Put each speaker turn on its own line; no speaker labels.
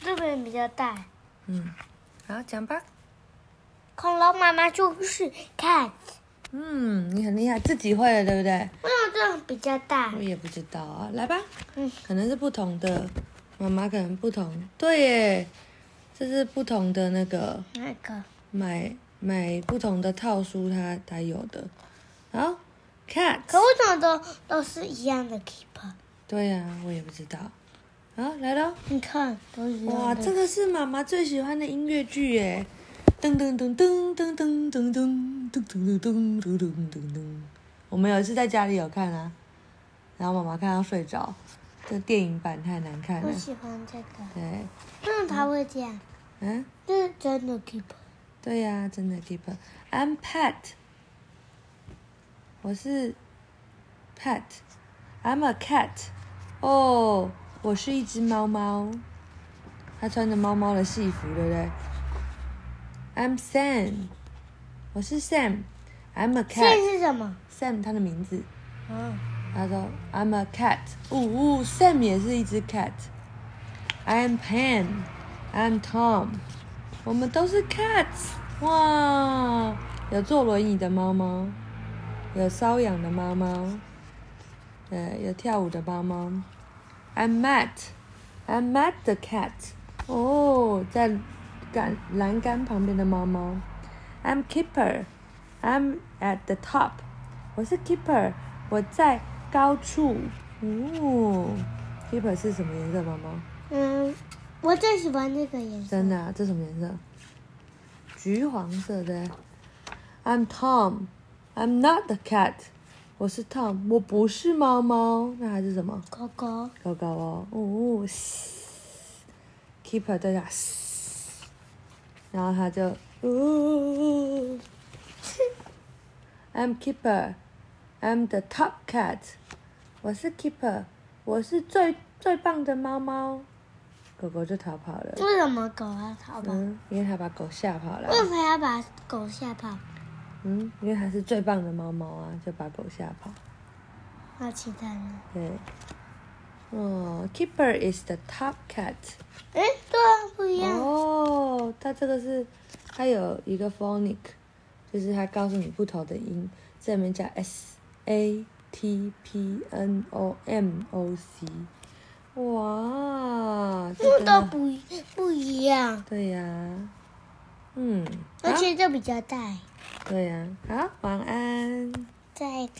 这边比较大。
嗯，好，讲吧。
恐龙妈妈就是 cat，
嗯，你很厉害，自己会了，对不对？
为什么这种比较大
我？也不知道啊，来吧。
嗯，
可能是不同的，妈妈可能不同。对耶，这是不同的那个
那个
买买不同的套书它，它有的。好，cat。
可为什么都都是一样的 keeper？
对呀、我也不知道。好，来喽。
你看，都一样的。
哇，这个是妈妈最喜欢的音乐剧耶！噔噔噔噔噔噔噔噔噔噔噔噔噔噔噔噔。我们有一次在家里有看啊，然后妈妈看到睡着，这电影版太难看
我
了。
喜欢这个。
对，
为什么它会这样？
嗯，
这是真的 keeper。
对呀、真的 keeper。I'm Pat，我是 Pat。I'm a cat，哦，我是一只猫猫。它穿着猫猫的戏服，对不对？I'm Sam，我是 Sam。I'm a
这
cat。
是什么？
Sam 他的名字，
嗯，
他说 I'm a cat。呜呜，Sam 也是一只 cat。I'm Pan。I'm Tom。我们都是 cats。哇，有坐轮椅的猫猫，有瘙痒的猫猫，呃，有跳舞的猫猫。I'm Matt。I'm Matt the cat。哦，在杆栏杆旁边的猫猫。I'm keeper。I'm at the top。我是 keeper，我在高处。哦，keeper 是什么颜色？猫猫？
嗯，我最喜欢这个颜色。
真的、啊？这什么颜色？橘黄色的。I'm Tom. I'm not the cat. 我是 Tom，我不是猫猫。那还是什么？
狗狗，
狗狗哦，呜、呜嘶，keeper 对它嘶，然后它就呜、I'm keeper, I'm the top cat，我是 keeper，我是最最棒的猫猫，狗狗就逃跑了，
为什么狗要逃跑？
嗯，因为它把狗吓跑了
为，什么要把狗吓跑？
嗯，因为它是最棒的猫猫啊，就把狗吓跑。
那其他呢？
对，哦，keeper is the top cat。
哎，对啊，不一样。
哦，它这个是它有一个 phonic，就是它告诉你不同的音，这里面加 s a t p n o m o c。哇，这
这嗯都
个
不一不一样，
对呀、嗯，好
而，且这比较大。
对呀、好，晚安。
再